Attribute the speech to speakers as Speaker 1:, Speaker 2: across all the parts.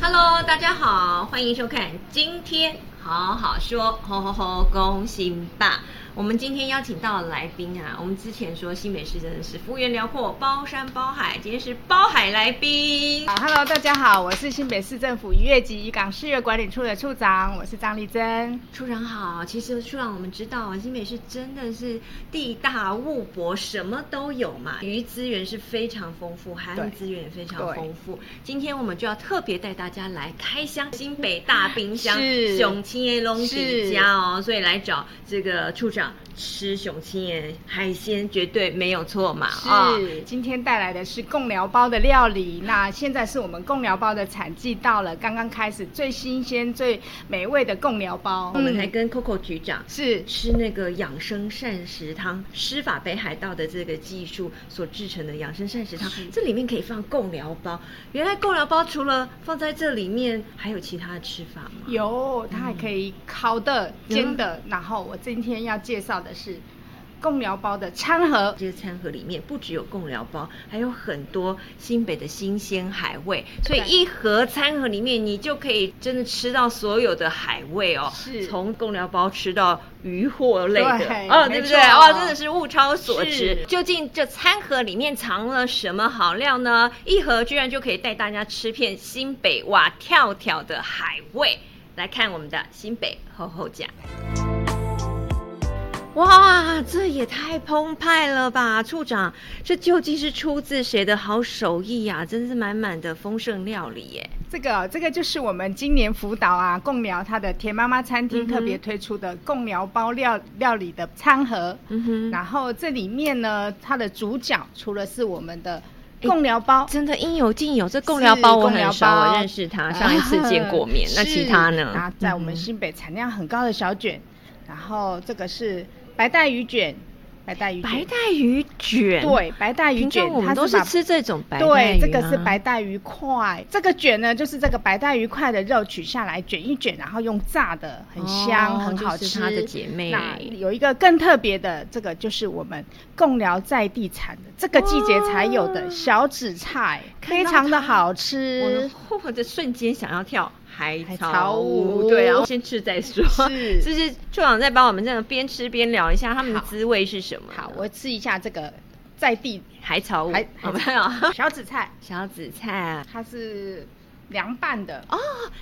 Speaker 1: Hello，大家好，欢迎收看今天好好说，吼吼吼，恭喜吧！我们今天邀请到的来宾啊，我们之前说新北市真的是幅员辽阔，包山包海，今天是包海来宾。
Speaker 2: 好，Hello，大家好，我是新北市政府渔业及渔港事业管理处的处长，我是张丽珍。
Speaker 1: 处长好，其实处长我们知道啊，新北市真的是地大物博，什么都有嘛，鱼资源是非常丰富，海岸
Speaker 2: 对
Speaker 1: 资源也非常
Speaker 2: 对
Speaker 1: 丰富。今天我们就要特别带大家来开箱新北大冰箱
Speaker 2: 是
Speaker 1: 熊青叶龙底
Speaker 2: 是
Speaker 1: 家哦，所以来找这个处长吃熊青叶海鲜绝对没有错嘛
Speaker 2: 是，嗯
Speaker 1: 啊。
Speaker 2: 今天带来的是贡寮包的料理。那现在是我们贡寮包的产季到了，刚刚开始，最新鲜、最美味的贡寮包。
Speaker 1: 我们还
Speaker 2: 嗯
Speaker 1: 跟 Coco 局长
Speaker 2: 是
Speaker 1: 吃那个养生膳食汤，施法北海道的这个技术所制成的养生膳食汤，这里面可以放贡寮包。原来贡寮包除了放在这里面，还有其他的吃法吗？
Speaker 2: 有，它还可以烤的、
Speaker 1: 嗯
Speaker 2: 煎的。然后我今天要介绍的是贡寮包的餐盒。
Speaker 1: 这些餐盒里面不只有贡寮包，还有很多新北的新鲜海味，所以
Speaker 2: 对
Speaker 1: 一盒餐盒里面你就可以真的吃到所有的海味哦，
Speaker 2: 是
Speaker 1: 从贡寮包吃到鱼货类的
Speaker 2: 对
Speaker 1: 哦，对
Speaker 2: 没
Speaker 1: 不对？
Speaker 2: 错
Speaker 1: 哇，真的是物超所值
Speaker 2: 是。
Speaker 1: 究竟这餐盒里面藏了什么好料呢？一盒居然就可以带大家吃遍新北哇跳跳的海味，来看我们的新北厚厚酱。哇，这也太澎湃了吧，处长！这究竟是出自谁的好手艺呀、真是满满的丰盛料理耶！
Speaker 2: 这个哦这个就是我们今年辅导啊贡寮它的田妈妈餐
Speaker 1: 嗯
Speaker 2: 厅
Speaker 1: 哼
Speaker 2: 特别推出的贡寮包料料理的餐盒。
Speaker 1: 嗯哼，
Speaker 2: 然后这里面呢，它的主角除了是我们的贡寮包，
Speaker 1: 真的应有尽有。这贡寮包我很熟，
Speaker 2: 贡寮包
Speaker 1: 我认识它，上一次见过 面。
Speaker 2: 是
Speaker 1: 那其他呢？
Speaker 2: 啊，在我们
Speaker 1: 嗯
Speaker 2: 新北产量很高的小卷，然后这个是白带鱼卷，白带鱼
Speaker 1: 哼白
Speaker 2: 卷，
Speaker 1: 带鱼卷，，
Speaker 2: 对，白带鱼
Speaker 1: 平
Speaker 2: 卷
Speaker 1: 常，我们
Speaker 2: 它
Speaker 1: 都是
Speaker 2: 把
Speaker 1: 吃这种白带鱼、啊
Speaker 2: 对，这个是白。带鱼块，这个卷呢，就是这个白带鱼块的肉取下来卷一卷，然后用炸的，很香，
Speaker 1: 哦
Speaker 2: 很好
Speaker 1: 就
Speaker 2: 吃。
Speaker 1: 是它的姐妹
Speaker 2: 那有一个更特别的，这个就是我们贡寮在地产的，这个季节才有
Speaker 1: 哇
Speaker 2: 的小紫菜，
Speaker 1: 看
Speaker 2: 非
Speaker 1: 到
Speaker 2: 常的
Speaker 1: 哦它
Speaker 2: 好
Speaker 1: 我
Speaker 2: 吃
Speaker 1: 的。或者瞬间想要跳海
Speaker 2: 海
Speaker 1: 草
Speaker 2: 草
Speaker 1: 舞，
Speaker 2: 舞
Speaker 1: 对啊，先吃再说。
Speaker 2: 是
Speaker 1: 就是处长在帮我们这样边吃边聊一下，他们的
Speaker 2: 好
Speaker 1: 滋味是什么呢？
Speaker 2: 好，我吃一下这个在地
Speaker 1: 海草舞
Speaker 2: 海，
Speaker 1: 有
Speaker 2: 海
Speaker 1: 没有？
Speaker 2: 哦 小紫菜，
Speaker 1: 小紫菜啊
Speaker 2: 它是凉拌的
Speaker 1: 哦，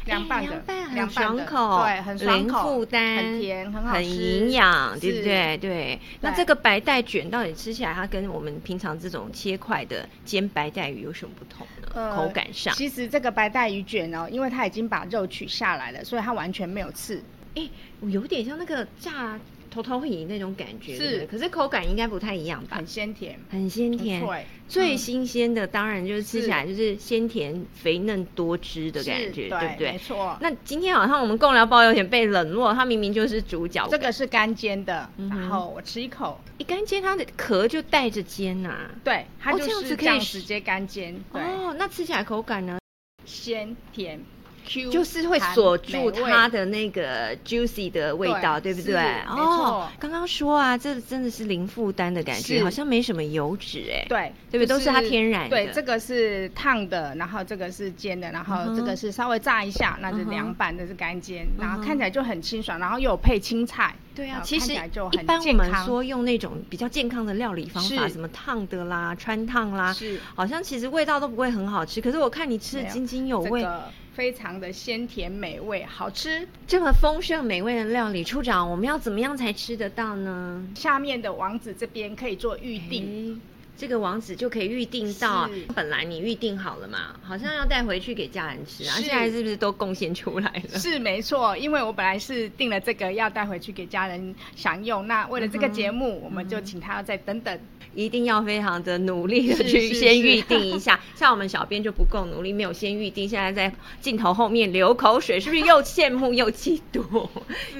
Speaker 2: 凉拌的
Speaker 1: 哎凉
Speaker 2: 凉
Speaker 1: 拌
Speaker 2: 拌
Speaker 1: 很爽
Speaker 2: 的
Speaker 1: 口，
Speaker 2: 对很爽
Speaker 1: 零
Speaker 2: 口
Speaker 1: 负担，
Speaker 2: 很甜很好吃
Speaker 1: 营养，对不
Speaker 2: 是
Speaker 1: 对？对。那
Speaker 2: 对
Speaker 1: 这个白带卷到底吃起来，它跟我们平常这种切块的煎白带鱼有什么不同呢？
Speaker 2: 呃
Speaker 1: 口感上，
Speaker 2: 其实这个白带鱼卷哦，因为它已经把肉取下来了，所以它完全没有刺。
Speaker 1: 哎，有点像那个炸头头皮那种感觉，
Speaker 2: 是
Speaker 1: 对不对可是口感应该不太一样吧
Speaker 2: 很？鲜甜，
Speaker 1: 很鲜
Speaker 2: 不
Speaker 1: 甜，
Speaker 2: 脆，
Speaker 1: 最
Speaker 2: 嗯
Speaker 1: 新鲜的当然就是吃起来就是鲜甜、肥嫩、多汁的
Speaker 2: 是
Speaker 1: 感觉，
Speaker 2: 对
Speaker 1: 不对
Speaker 2: 没？错。
Speaker 1: 那今天好像我们贡寮包有点被冷落，它明明就是主角。
Speaker 2: 这个是干煎的，
Speaker 1: 嗯哼
Speaker 2: 然后我吃一口，
Speaker 1: 一干煎它的壳就带着煎呐、
Speaker 2: 对，它
Speaker 1: 哦
Speaker 2: 就
Speaker 1: 这样子
Speaker 2: 是
Speaker 1: 可
Speaker 2: 这
Speaker 1: 以
Speaker 2: 样
Speaker 1: 吃
Speaker 2: 直接干煎，对，
Speaker 1: 哦，那吃起来口感呢，
Speaker 2: 鲜甜，Q，
Speaker 1: 就是会
Speaker 2: 弹
Speaker 1: 锁住
Speaker 2: 美味
Speaker 1: 它的那个 juicy 的味道，对
Speaker 2: 对
Speaker 1: 不对？
Speaker 2: 是没
Speaker 1: 哦
Speaker 2: 错，
Speaker 1: 刚刚说啊，这真的是零负担的感觉，
Speaker 2: 是
Speaker 1: 好像没什么油脂哎、
Speaker 2: 对，
Speaker 1: 对不对
Speaker 2: 就
Speaker 1: 都是它天然的
Speaker 2: 对，这个是烫的，然后这个是煎的，然
Speaker 1: 嗯
Speaker 2: 后
Speaker 1: 哼嗯
Speaker 2: 这个是稍微炸一下，那是凉拌，这是干煎，
Speaker 1: 哼
Speaker 2: 然后看起来就很清爽，然后又有配青菜，
Speaker 1: 对
Speaker 2: 然
Speaker 1: 啊，
Speaker 2: 后
Speaker 1: 其
Speaker 2: 看
Speaker 1: 实
Speaker 2: 起来就
Speaker 1: 一
Speaker 2: 很
Speaker 1: 般我
Speaker 2: 健
Speaker 1: 们
Speaker 2: 康
Speaker 1: 说用那种比较健康的料理方法，
Speaker 2: 是
Speaker 1: 什么烫的啦、穿烫啦，
Speaker 2: 是
Speaker 1: 好像其实味道都不会很好吃。可是我看你吃的
Speaker 2: 没有
Speaker 1: 津津有味，
Speaker 2: 这个非常的鲜甜美味，好吃。
Speaker 1: 这么丰盛美味的料理，处长，我们要怎么样才吃得到呢？
Speaker 2: 下面的网址这边可以做预定，
Speaker 1: 诶这个网址就可以预定到
Speaker 2: 是，
Speaker 1: 本来你预定好了嘛，好像要带回去给家人吃啊，
Speaker 2: 是
Speaker 1: 现在是不是都贡献出来了？
Speaker 2: 是没错，因为我本来是订了这个要带回去给家人享用，那为了这个
Speaker 1: 嗯哼
Speaker 2: 节目，我们就请他再等等。
Speaker 1: 一定要非常的努力的
Speaker 2: 是
Speaker 1: 去
Speaker 2: 是
Speaker 1: 先
Speaker 2: 是
Speaker 1: 预定一下， 像我们小编就不够努力，没有先预定，现在在镜头后面流口水，是不是又羡慕又嫉 妒？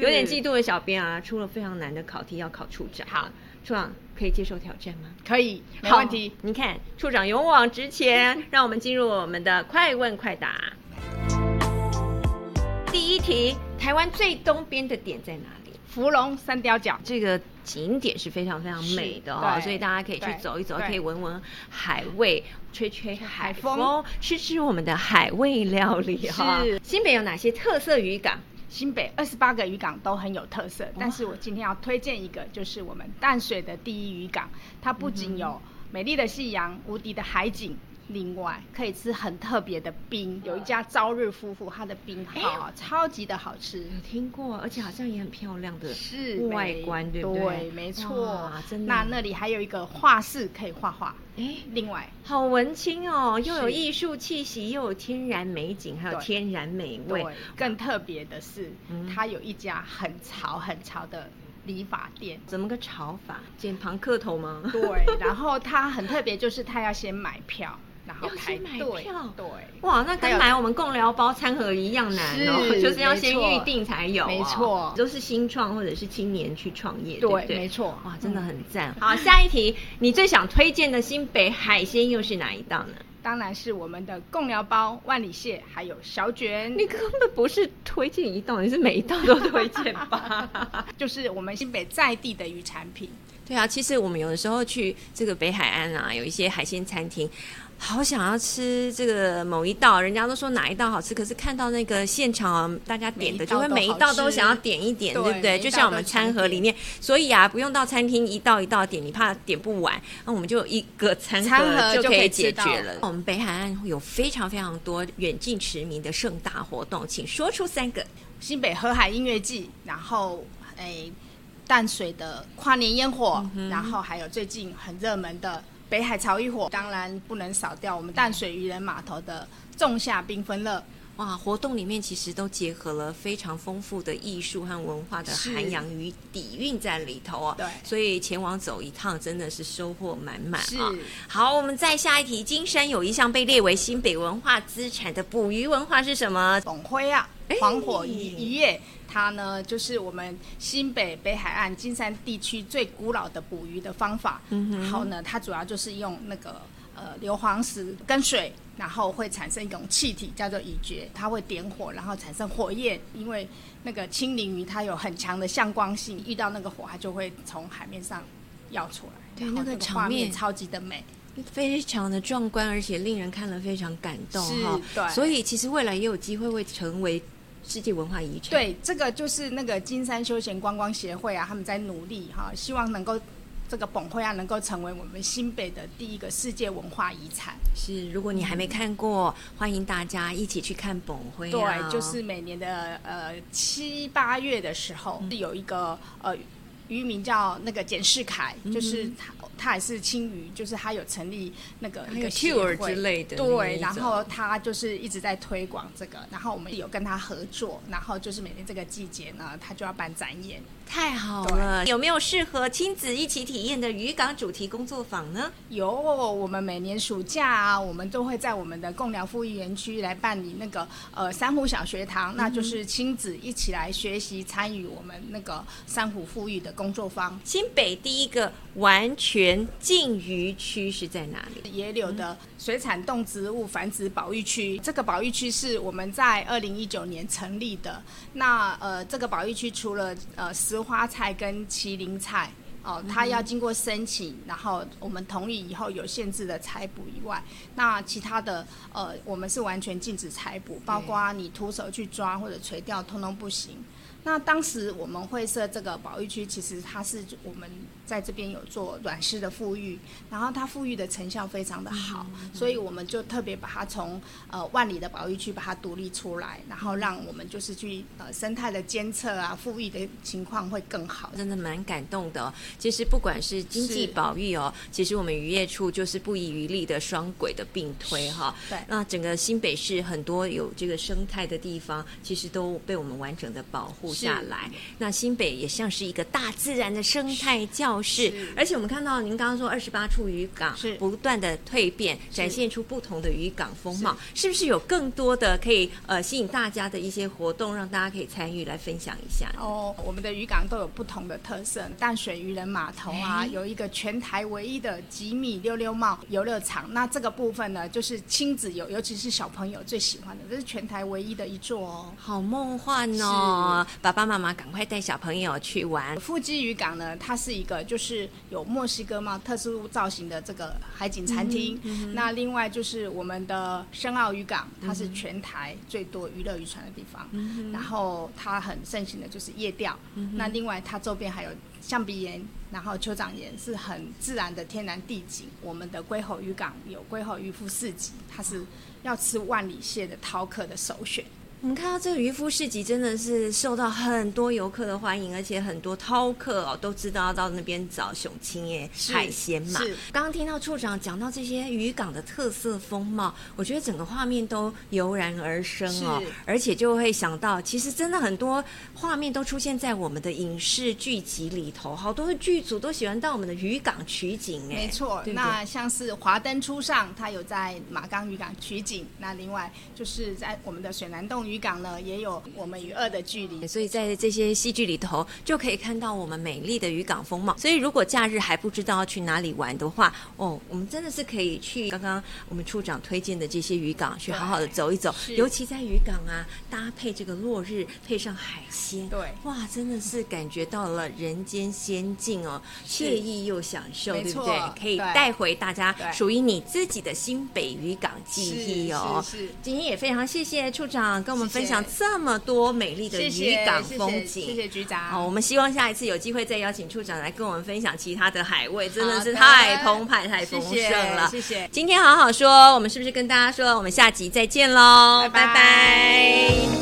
Speaker 1: 有点嫉妒的小编啊，出了非常难的考题要考处长，好，处长可以接受挑战吗？
Speaker 2: 可以，没
Speaker 1: 好
Speaker 2: 问题。
Speaker 1: 你看，处长勇往直前，让我们进入我们的快问快 答。第一题，台湾最东边的点在哪里？
Speaker 2: 芙蓉三貂角。
Speaker 1: 这个景点是非常非常美的哦，
Speaker 2: 是对
Speaker 1: 所以大家可以去
Speaker 2: 对
Speaker 1: 走一走，
Speaker 2: 对
Speaker 1: 可以闻闻海味，吹吹海风，
Speaker 2: 海风
Speaker 1: 吃吃我们的海味料理哈、
Speaker 2: 是
Speaker 1: 新北有哪些特色渔港？
Speaker 2: 新北二十八个渔港都很有特色，但是我今天要推荐一个，就是我们淡水的第一渔港，它不
Speaker 1: 嗯
Speaker 2: 仅有美丽的夕阳、无敌的海景。另外可以吃很特别的冰，有一家朝日夫妇，它的冰好好、超级的好吃，
Speaker 1: 有听过，而且好像也很漂亮的，
Speaker 2: 是
Speaker 1: 户
Speaker 2: 没
Speaker 1: 外观，对不对？
Speaker 2: 对，没错
Speaker 1: 哇，真的。
Speaker 2: 那那里还有一个画室可以画画，
Speaker 1: 哎，
Speaker 2: 另外
Speaker 1: 好文青哦，又有
Speaker 2: 是
Speaker 1: 艺术气息，又有天然美景，还有
Speaker 2: 对
Speaker 1: 天然美味
Speaker 2: 对。，更特别的是
Speaker 1: 嗯，
Speaker 2: 它有一家很潮很潮的理发店。
Speaker 1: 怎么个炒法？剪庞克头吗？
Speaker 2: 对，然后它很特别，就是它要先买票，然后
Speaker 1: 要
Speaker 2: 排
Speaker 1: 先买
Speaker 2: 队
Speaker 1: 票，
Speaker 2: 对。
Speaker 1: 哇，那
Speaker 2: 还
Speaker 1: 跟
Speaker 2: 有
Speaker 1: 买我们共聊包餐盒一样难哦，
Speaker 2: 是
Speaker 1: 就是要先
Speaker 2: 没错
Speaker 1: 预定才有、哦，
Speaker 2: 没错
Speaker 1: 都是新创或者是青年去创业，对
Speaker 2: 对
Speaker 1: 不对？嗯
Speaker 2: 没错
Speaker 1: 哇，真的很赞。好，下一题，你最想推荐的新北海鲜又是哪一道呢？
Speaker 2: 当然是我们的贡寮包、万里蟹，还有小卷，
Speaker 1: 你根本不是推荐一道，你是每一道都推荐 吧？
Speaker 2: 就是我们新北在地的渔产品。
Speaker 1: 对啊，其实我们有的时候去这个北海岸啊，有一些海鲜餐厅，好想要吃这个某一道，人家都说哪一道好吃，可是看到那个现场啊大家点的，
Speaker 2: 每一道
Speaker 1: 就会
Speaker 2: 都
Speaker 1: 每一
Speaker 2: 好
Speaker 1: 道都
Speaker 2: 吃
Speaker 1: 想要点一点，
Speaker 2: 对
Speaker 1: 对不对？
Speaker 2: 每一
Speaker 1: 就
Speaker 2: 道
Speaker 1: 像我
Speaker 2: 都
Speaker 1: 们
Speaker 2: 想
Speaker 1: 餐盒里面，所以啊，不用到餐厅一道一道点，你怕点不完，那我们就有一个餐
Speaker 2: 餐盒
Speaker 1: 就
Speaker 2: 就
Speaker 1: 可
Speaker 2: 可
Speaker 1: 以
Speaker 2: 以
Speaker 1: 解
Speaker 2: 吃到
Speaker 1: 决了。我们北海岸有非常非常多远近驰名的盛大活动，请说出三个。
Speaker 2: 新北河海音乐季，然后诶淡水的跨年烟火，然后还有最近很热门的北海潮渔火，当然不能少掉我们淡水渔人码头的仲夏缤纷乐。
Speaker 1: 哇，活动里面其实都结合了非常丰富的艺术和文化的
Speaker 2: 是
Speaker 1: 涵养与底蕴在里头哦。
Speaker 2: 对
Speaker 1: 所以前往走一趟真的是收获满满
Speaker 2: 是
Speaker 1: 啊、好，我们再下一题，金山有一项被列为新北文化资产的捕鱼文化是什么？
Speaker 2: 董辉啊
Speaker 1: 哎，
Speaker 2: 黄火一一夜，它呢就是我们新北北海岸金山地区最古老的捕鱼的方法。
Speaker 1: 嗯
Speaker 2: 然后呢，它主要就是用那个呃硫磺石跟水。然后会产生一种气体，叫做乙炔，它会点火，然后产生火焰。因为那个青鳞鱼它有很强的向光性，遇到那个火，它就会从海面上耀出来。
Speaker 1: 对
Speaker 2: 然后
Speaker 1: 那个
Speaker 2: 那个
Speaker 1: 场
Speaker 2: 画
Speaker 1: 面
Speaker 2: 面超级的美。
Speaker 1: 非常的壮观，而且令人看了非常感动
Speaker 2: 是
Speaker 1: 哈、
Speaker 2: 对
Speaker 1: 所以其实未来也有机会会成为世界文化遗产。。
Speaker 2: 对，这个就是那个金山休闲观光协会啊，他们在努力哈、希望能够这个本会啊能够成为我们新北的第一个世界文化遗产。
Speaker 1: 是，如果你还没看过，欢迎大家一起去看本会、
Speaker 2: 对
Speaker 1: 啊。，
Speaker 2: 就是每年的呃七八月的时候，
Speaker 1: 嗯
Speaker 2: 是有一个呃渔民叫那个简世凯，
Speaker 1: 嗯
Speaker 2: 就是他他也是青鱼，就是他有成立那个
Speaker 1: 还
Speaker 2: 一
Speaker 1: 有
Speaker 2: 个协
Speaker 1: tour
Speaker 2: 会
Speaker 1: 之类的那一
Speaker 2: 对，然
Speaker 1: 种
Speaker 2: 后他就是一直在推广这个，然后我们有跟他合作，然后就是每年这个季节呢，他就要办展演。
Speaker 1: 太好了！有没有适合亲子一起体验的渔港主题工作坊呢？
Speaker 2: 有，我们每年暑假啊，我们都会在我们的贡寮富裕园区来办理那个呃珊瑚小学堂，那就是亲子一起来学习参与我们那个珊瑚富裕的工作坊。
Speaker 1: 新北第一个完全禁渔区是在哪里？
Speaker 2: 野柳的水产动植物繁殖保育区，这个保育区是我们在二零一九年成立的。那呃，这个保育区除了呃石花菜跟麒麟菜。哦，它要经过申请，然后我们同意以后有限制的采捕以外，那其他的呃，我们是完全禁止采捕，包括你徒手去抓或者垂钓，通通不行。那当时我们会设这个保育区，其实它是我们在这边有做软式的富裕，然后它富裕的成效非常的好，所以我们就特别把它从呃万里的保育区把它独立出来，然后让我们就是去呃生态的监测啊，富裕的情况会更好。
Speaker 1: 真的蛮感动的哦、其实不管是经济
Speaker 2: 是
Speaker 1: 保育哦，其实我们渔业处就是不遗余力的双轨的并推哈、
Speaker 2: 对
Speaker 1: 那整个新北市很多有这个生态的地方，其实都被我们完整的保护下来。那新北也像是一个大自然的生态教室
Speaker 2: 是，
Speaker 1: 而且我们看到您刚刚说二十八处渔港
Speaker 2: 是
Speaker 1: 不断的蜕变，展现出不同的渔港风貌，是不是有更多的可以呃吸引大家的一些活动，让大家可以参与来分享一下？
Speaker 2: 哦，我们的渔港都有不同的特色，淡水渔人码头啊，
Speaker 1: 哎
Speaker 2: 有一个全台唯一的几米溜溜帽游乐场。那这个部分呢，就是亲子游，尤其是小朋友最喜欢的，这是全台唯一的一座哦。
Speaker 1: 好梦幻哦！爸爸妈妈赶快带小朋友去玩。
Speaker 2: 富基渔港呢，它是一个就是有墨西哥帽特殊造型的这个海景餐厅。那另外就是我们的深澳渔港，它是全台最多娱乐渔船的地方。然后它很盛行的就是夜钓。那另外它周边还有象鼻岩，然后酋长岩是很自然的天然地景。我们的龟吼渔港有龟吼渔夫市集，它是要吃万里蟹的饕客的首选。
Speaker 1: 我们看到这个渔夫市集真的是受到很多游客的欢迎，而且很多饕客哦都知道要到那边找雄青耶
Speaker 2: 是
Speaker 1: 海鲜嘛
Speaker 2: 是。
Speaker 1: 刚刚听到处长讲到这些渔港的特色风貌，我觉得整个画面都油然而生哦
Speaker 2: 是，
Speaker 1: 而且就会想到，其实真的很多画面都出现在我们的影视剧集里头，好多剧组都喜欢到我们的渔港取景哎，
Speaker 2: 没错，
Speaker 1: 对不对
Speaker 2: 那像是《华灯初上》，它有在马冈渔港取景；那另外就是在我们的水南洞渔港呢，也有我们与二的距离。
Speaker 1: 所以在这些戏剧里头，就可以看到我们美丽的渔港风貌。所以如果假日还不知道去哪里玩的话，哦，我们真的是可以去刚刚我们处长推荐的这些渔港，去好好的走一走。
Speaker 2: 是
Speaker 1: 尤其在渔港啊，搭配这个落日，配上海鲜，
Speaker 2: 对
Speaker 1: 哇，真的是感觉到了人间仙境哦，
Speaker 2: 是
Speaker 1: 惬意又享受，
Speaker 2: 没
Speaker 1: 对不
Speaker 2: 错
Speaker 1: 对？可以
Speaker 2: 对
Speaker 1: 带回大家
Speaker 2: 对
Speaker 1: 属于你自己的新北渔港记忆哦。
Speaker 2: 是是是
Speaker 1: 今天也非常谢谢处长跟我们
Speaker 2: 谢谢
Speaker 1: 分享这么多美丽的
Speaker 2: 谢
Speaker 1: 渔
Speaker 2: 谢
Speaker 1: 港
Speaker 2: 谢谢
Speaker 1: 风景。
Speaker 2: 谢谢局长。
Speaker 1: 好，我们希望下一次有机会再邀请处长来跟我们分享其他的海味，真的
Speaker 2: 好
Speaker 1: 是
Speaker 2: 的
Speaker 1: 太澎湃、太丰
Speaker 2: 谢谢
Speaker 1: 盛了。
Speaker 2: 谢谢
Speaker 1: 今天好好说，我们是不是跟大家说，我们下集再见喽？
Speaker 2: 拜拜
Speaker 1: 拜拜